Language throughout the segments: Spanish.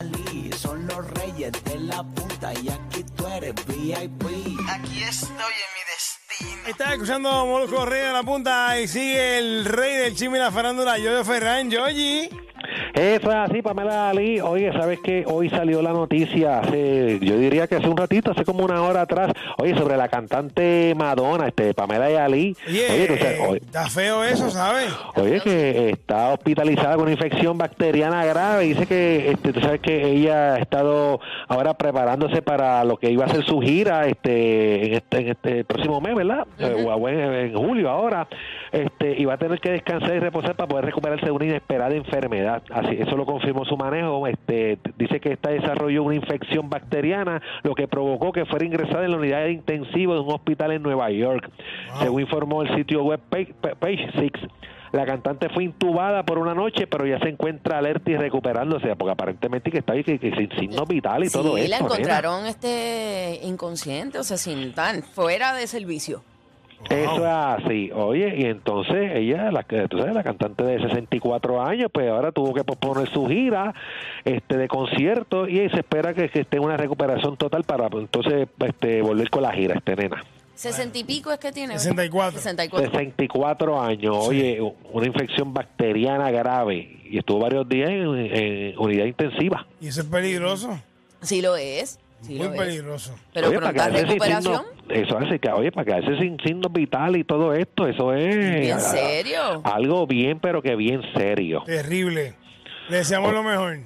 Cali, Son los reyes de la punta y aquí tú eres VIP. Aquí estoy en mi destino. Estás escuchando Molusco Rey de la Punta y sigue el rey del chisme y la farándula, Yoyo Ferran, Yoyi. Eso es así, Pamela Ali. Oye, ¿sabes qué? Hoy salió la noticia, hace, yo diría que hace un ratito, hace como una hora atrás, oye, sobre la cantante Madonna, este, Pamela y Ali. Oye, Oye, tú sabes, oye, está feo eso, ¿sabes? oye, que está hospitalizada con una infección bacteriana grave. Dice que, este, tú sabes que ella ha estado ahora preparándose para lo que iba a ser su gira este, en este, en este próximo mes, ¿verdad? Eh, o en, en julio ahora. Este, y va a tener que descansar y reposar para poder recuperarse de una inesperada enfermedad. Así, eso lo confirmó su manejo. Este, dice que esta desarrolló una infección bacteriana, lo que provocó que fuera ingresada en la unidad de intensivo de un hospital en Nueva York. Según informó el sitio web Page, Page Six. La cantante fue intubada por una noche, pero ya se encuentra alerta y recuperándose, porque aparentemente que está ahí que, que sin signos vitales y Sí, todo ¿eh? eso. la encontraron este inconsciente, o sea, sin tan fuera de servicio. Eso es así. Oye, y entonces ella, la, que- tú sabes, la cantante de 64 años, pues ahora tuvo que posponer su gira este de concierto y se espera que, que esté en una recuperación total para pues, entonces este, volver con la gira, este nena. Sesenta y pico es que tiene. ¿verdad? 64. 64. 64 años, oye, una infección bacteriana grave y estuvo varios días en, en unidad intensiva. Y eso es peligroso, Sí lo es. Sí muy lo es. peligroso. Pero oye, pronta quedarse sin recuperación. signos- eso hace que, oye, para quedarse sin signos vitales y todo esto, eso es ¿En a- serio? algo bien, pero que bien serio. Terrible. Le deseamos lo mejor.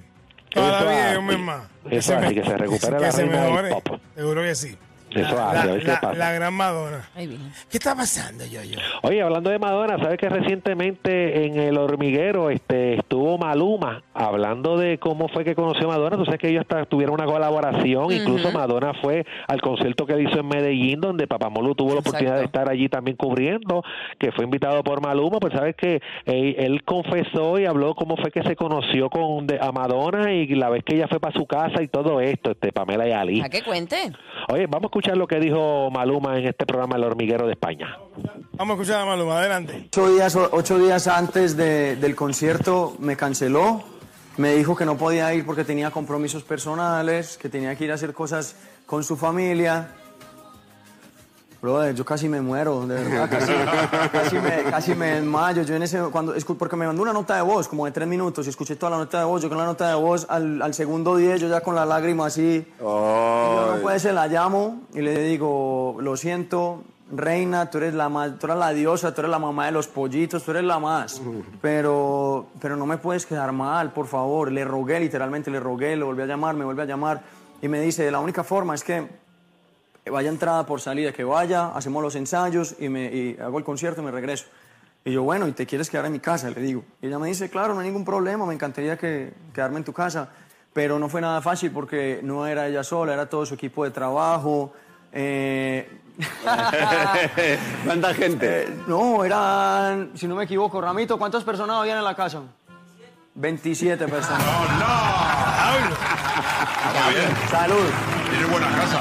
Toda Eso la vida y así. un mes más. Eso se así, me- que se recupere que la se reina del mejore. pop. Seguro que sí. Eso la, hace, a ver qué la, pasa. la gran Madonna. Ay, bien. ¿Qué está pasando, Yoyo? Oye, hablando de Madonna, ¿sabes que recientemente en El Hormiguero este, estuvo Maluma hablando de cómo fue que conoció a Madonna? Tú sabes que ellos hasta tuvieron una colaboración, incluso Madonna fue al concierto que él hizo en Medellín, donde Papamolu tuvo la oportunidad de Exacto. estar allí también cubriendo, que fue invitado por Maluma, pues sabes que eh, él confesó y habló cómo fue que se conoció con de- a Madonna y la vez que ella fue para su casa y todo esto, este Pamela y Ali. ¿A qué cuente? Oye, vamos a escuchar lo que dijo Maluma en este programa El Hormiguero de España. Vamos a escuchar a Maluma, adelante. Ocho días, ocho días antes de- del concierto me canceló, me dijo que no podía ir porque tenía compromisos personales, que tenía que ir a hacer cosas con su familia. Brother, yo casi me muero, de verdad, casi, casi me, casi me desmayo. Yo en ese, cuando, escu- porque me mandó una nota de voz, como de tres minutos, y escuché toda la nota de voz. Yo con la nota de voz, al, al segundo diez, yo ya con la lágrima así. Y yo, no puede ser, la llamo y le digo, lo siento, reina, tú eres la más, tú eres la diosa, tú eres la mamá de los pollitos, tú eres la más. Pero, pero no me puedes quedar mal, por favor. Le rogué, literalmente le rogué, le volví a llamar, me volví a llamar. Y me dice, la única forma es que Eh, vaya entrada por salida, que vaya, hacemos los ensayos y, me, y hago el concierto y me regreso. Y yo, bueno, ¿y te quieres quedar en mi casa? Le digo. Y ella me dice, claro, no hay ningún problema, me encantaría que, quedarme en tu casa. Pero no fue nada fácil porque no era ella sola, era todo su equipo de trabajo. eh, ¿Cuánta gente? no, eran, si no me equivoco, Ramito, ¿cuántas personas habían en la casa? 27 personas. Pablo, Salud. Tiene buena casa.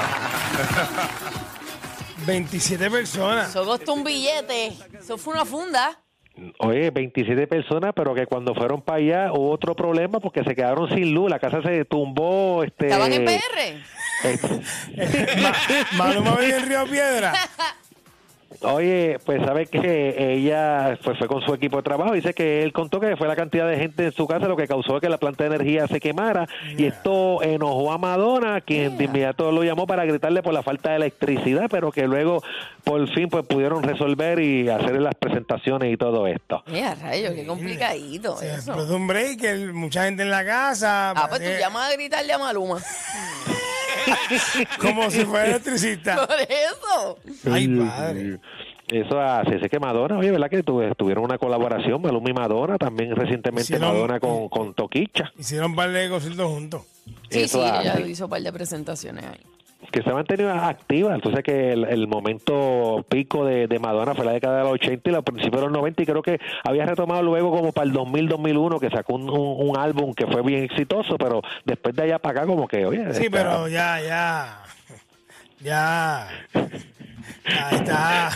27 personas. Eso costó un billete. Eso fue una funda. Oye, 27 personas, pero que cuando fueron para allá hubo otro problema porque se quedaron sin luz, la casa se tumbó, este... Estaban en PR. eh, Maluma venía en Río Piedra. Oye, pues sabes que ella pues, fue, fue con su equipo de trabajo. Dice que él contó que fue la cantidad de gente en su casa lo que causó que la planta de energía se quemara. Y esto enojó a Madonna, quien de inmediato lo llamó para gritarle por la falta de electricidad, pero que luego por fin pues pudieron resolver y hacer las presentaciones y todo esto. Mira, rayo, Eh, qué complicadito Se eso. explotó un break, el- mucha gente en la casa. Ah, pues tú eh, llamas a gritarle a Maluma. Como si fuera electricista. Por eso. Ay, padre. Eso hace, sé que Madonna, oye, ¿verdad que tuve- tuvieron una colaboración, Maluma y Madonna, también recientemente Hicieron- Madonna con, con Toquicha, Hicieron un par de conciertos juntos. Sí, Eso sí, hace. ella hizo un par de presentaciones ahí. que se han mantenido activas, entonces que el, el momento pico de, de Madonna fue la década de los 80 y los principios de los 90 y creo que había retomado luego como para el 2000-2001 que sacó un, un- un álbum que fue bien exitoso, pero después de allá para acá como que, oye, Sí, está- pero ya, ya. Ya. Ya está.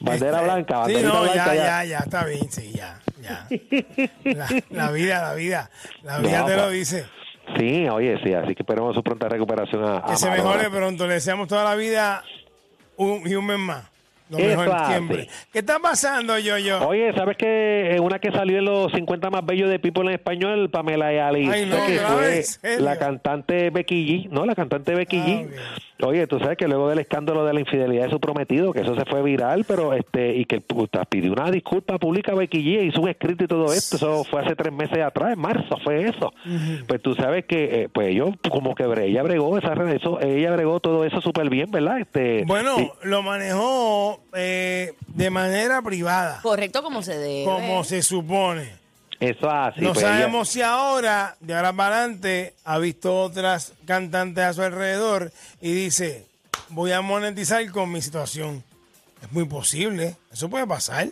Bandera Este, blanca, Sí, banderita no, ya, blanca, ya, ya. ya, está bien, sí, ya. ya. La, la vida, la vida. La vida No, te lo pa- dice. Sí, oye, sí, así que esperemos su pronta recuperación a, a Que se Madonna. mejore pronto. Le deseamos toda la vida un, y un mes más. Lo Eso mejor hace. siempre. ¿Qué está pasando, yo, yo? Oye, ¿sabes que eh, una que salió en los 50 más bellos de People en español, Pamela y Ali, Ay, no, que otra vez, ¿en serio? la cantante Becky G, ¿no? La cantante Becky Ah, G. Oye, tú sabes que luego del escándalo de la infidelidad de su prometido, que eso se fue viral, pero este y que puta, pidió una disculpa pública a Becky G, e hizo un escrito y todo esto, eso fue hace tres meses atrás, en marzo fue eso. Pues tú sabes que, eh, pues yo como que bre- ella bregó esa red, eso, ella bregó todo eso súper bien, ¿verdad? Este, y- Bueno, lo manejó eh, de manera privada, Correcto, como se debe. como se supone. eso así. no pues, ella- sabemos si ahora, de ahora para adelante, ha visto otras cantantes a su alrededor y dice, voy a monetizar con mi situación. Es muy posible, eso puede pasar,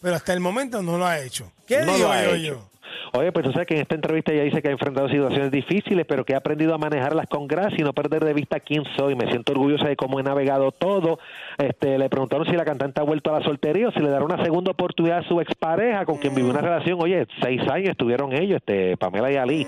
pero hasta el momento no lo ha hecho. ¿Qué No digo lo ha yo, hecho. yo? Oye, pues tú sabes que en esta entrevista ella dice que ha enfrentado situaciones difíciles, pero que ha aprendido a manejarlas con gracia y no perder de vista quién soy. Me siento orgullosa de cómo he navegado todo. Este, le preguntaron si la cantante ha vuelto a la soltería o si le dará una segunda oportunidad a su expareja con quien Mm. vivió una relación. Oye, seis años estuvieron ellos, este, Pamela y Ali.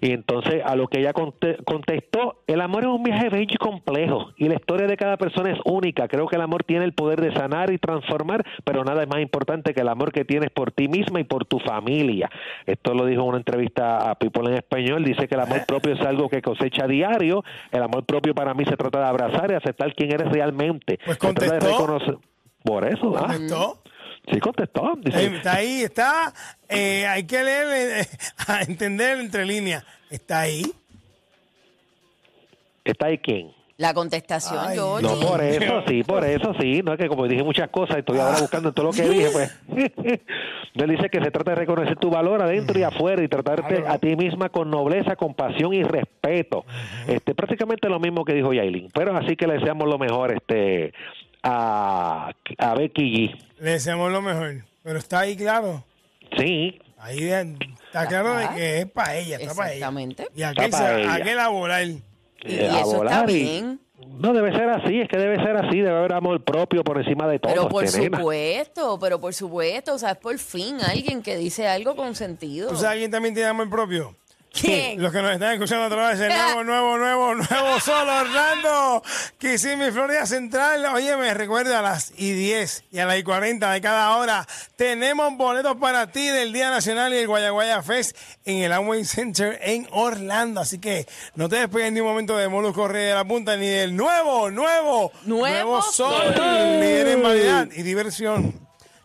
Y entonces a lo que ella conte- contestó, el amor es un viaje bello y complejo y la historia de cada persona es única. Creo que el amor tiene el poder de sanar y transformar, pero nada es más importante que el amor que tienes por ti misma y por tu familia. Esto lo dijo en una entrevista a People en Español. Dice que el amor propio es algo que cosecha diario. El amor propio para mí se trata de abrazar y aceptar quién eres realmente. Pues Se trata de contestó. reconocer- Por eso, ah, ¿Esto? sí contestó. Dice, Eh, Está ahí, está. eh, hay que leer, eh, a entender entre líneas. Está ahí. ¿está ahí quién? La contestación, Ay, Georgie. No, por eso sí, por eso sí. No es que como dije muchas cosas y estoy ahora buscando en todo lo que dije, pues. Él dice que se trata de reconocer tu valor Mm. adentro y afuera y tratarte a ti misma con nobleza, compasión y respeto. Este, prácticamente lo mismo que dijo Yailin. Pero así que le deseamos lo mejor este a, a Becky G. Le deseamos lo mejor. Pero está ahí claro. Sí, Ahí de- está claro de que es para ella, está para ella. Exactamente. Y aquel, Está pa' se- ella. aquel a volar. Y, eh, a eso está volar y- bien. No, debe ser así, es que debe ser así, debe haber amor propio por encima de todo. Pero por este, nena. supuesto, pero por supuesto, o sea, es por fin alguien que dice algo con sentido. ¿Tú sabes quién también tiene amor propio? ¿Quién? Los que nos están escuchando a través del nuevo, nuevo, nuevo, nuevo Sol Orlando. Kissimmee, Florida Central. Oye, me recuerda a las y 10 y a las y 40 de cada hora. Tenemos boletos para ti del Día Nacional y el Guayaguaya Fest en el Amway Center en Orlando. Así que no te despegues ni un momento de Molusco Rey de la Punta ni del nuevo, nuevo, Nuevo Sol. Líder en variedad y diversión.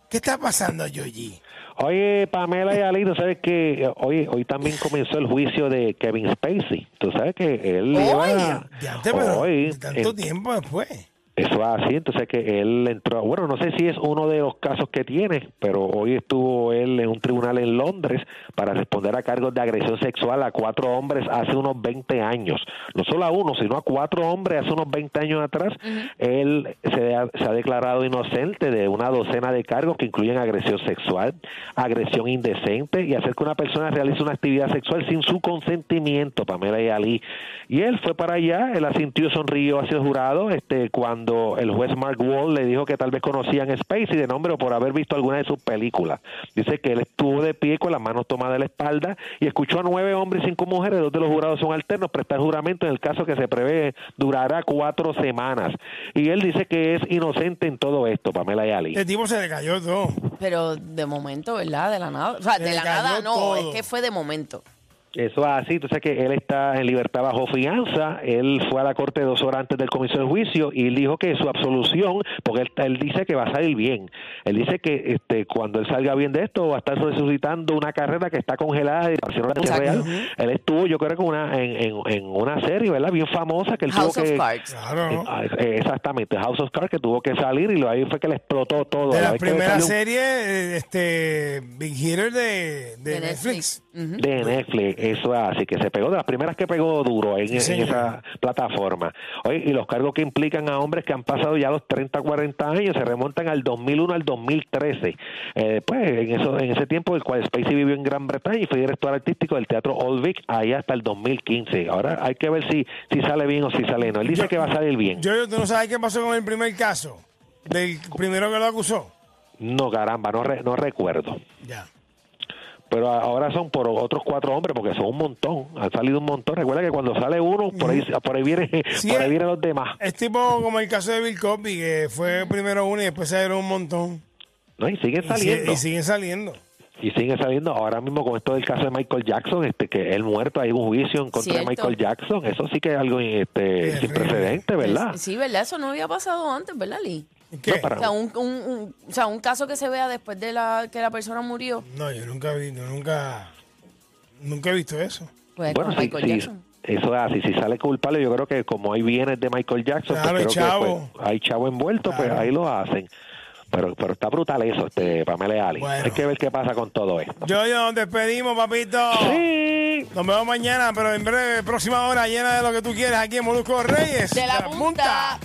¿Qué está pasando, Yoyi? Oye, Pamela y Ali, tú sabes que eh, hoy, hoy también comenzó el juicio de Kevin Spacey. Tú sabes que él lleva... Ya te, pero hoy, tanto en- tiempo después. eso es así, entonces que él entró, bueno, no sé si es uno de los casos que tiene, pero hoy estuvo él en un tribunal en Londres para responder a cargos de agresión sexual a cuatro hombres hace unos 20 años. No solo a uno, sino a cuatro hombres hace unos 20 años atrás. Él se ha, se ha declarado inocente de una docena de cargos que incluyen agresión sexual, agresión indecente y hacer que una persona realice una actividad sexual sin su consentimiento, Pamela y Ali. Y él fue para allá, él asintió, sonrió hacia el jurado este, cuando el juez Mark Wall le dijo que tal vez conocían a Spacey de nombre o por haber visto alguna de sus películas. Dice que él estuvo de pie con las manos tomadas de la espalda y escuchó a nueve hombres y cinco mujeres, dos de los jurados son alternos, prestar juramento en el caso que se prevé durará cuatro semanas. Y él dice que es inocente en todo esto, Pamela y Ali. Este tipo se le cayó todo. Pero de momento, ¿verdad? De la nada. O sea, Se de le la cayó nada no, todo. es que fue de momento. Eso es así, tú sabes que él está en libertad bajo fianza, él fue a la corte dos horas antes del comienzo del juicio y él dijo que su absolución, porque él, él dice que va a salir bien, él dice que este, cuando él salga bien de esto va a estar resucitando una carrera que está congelada de la real. Él estuvo, yo creo que una, en, en, en una serie, ¿verdad? Bien famosa que él House tuvo of que... Cards. Claro, ¿no? Ah, eh, Exactamente, House of Cards que tuvo que salir y lo- ahí fue que le explotó todo. De La la vez que le primera salió un- serie, eh, este, Big Hitter de, de Netflix. de Netflix, eso es así, que se pegó de las primeras que pegó duro en, en señor. esa plataforma. Oye, y los cargos que implican a hombres que han pasado ya los 30, 40 años se remontan al 2001 al 2013. Eh, pues en, eso, en ese tiempo el cual Spacey vivió en Gran Bretaña y fue director artístico del Teatro Old Vic ahí hasta el 2015. Ahora hay que ver si, si sale bien o si sale no. Él dice que va a salir bien. Yo, ¿tú no sabes qué pasó con el primer caso? Del primero que lo acusó. No, caramba, no, re- no recuerdo. Ya. Pero a- ahora son por otros cuatro hombres porque son un montón. Han salido un montón. Recuerda que cuando sale uno, por ahí, por ahí, viene, Sí, por ahí eh. vienen los demás. Es tipo como el caso de Bill Cosby, que fue primero uno y después salieron un montón. ¿no? Y siguen Y si- saliendo. Y, siguen saliendo. Y siguen saliendo. Ahora mismo con esto del caso de Michael Jackson, este que él muerto, hay un juicio en contra Cierto. de Michael Jackson. Eso sí que es algo este, sin Terrible. precedente, ¿verdad? Sí, ¿verdad? Eso no había pasado antes, ¿verdad, Lee? ¿Y ¿Qué? No, para- O sea, un, un- un- o sea, un caso que se vea después de la que la persona murió. No, yo nunca vi, yo nunca, nunca he visto eso. Pues Bueno, con sí, Michael sí, Jackson. eso es así. Si sale culpable, yo creo que como hay bienes de Michael Jackson, Claro, pues y creo que chavo. pues, hay chavo envuelto, pues Claro. ahí lo hacen. Pero, pero está brutal eso, este Pamela y Ali. Bueno. Hay que ver qué pasa con todo esto. Yo, yo, nos despedimos, papito. Sí. Nos vemos mañana, pero en breve, próxima hora llena de lo que tú quieres aquí en Molusco Reyes. De la punta.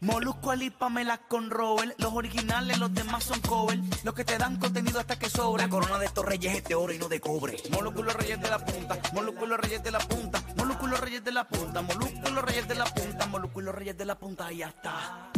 Molusco, Ali, Pamela con Robert. Los originales, los demás son cover. Los que te dan contenido hasta que sobre. La corona de estos reyes es de oro y no de cobre. Molusco, los reyes de la punta. Molusco, los reyes de la punta. Molusco, los reyes de la punta. Molusco, los reyes de la punta. Molusco, los reyes de la punta. Y ya está.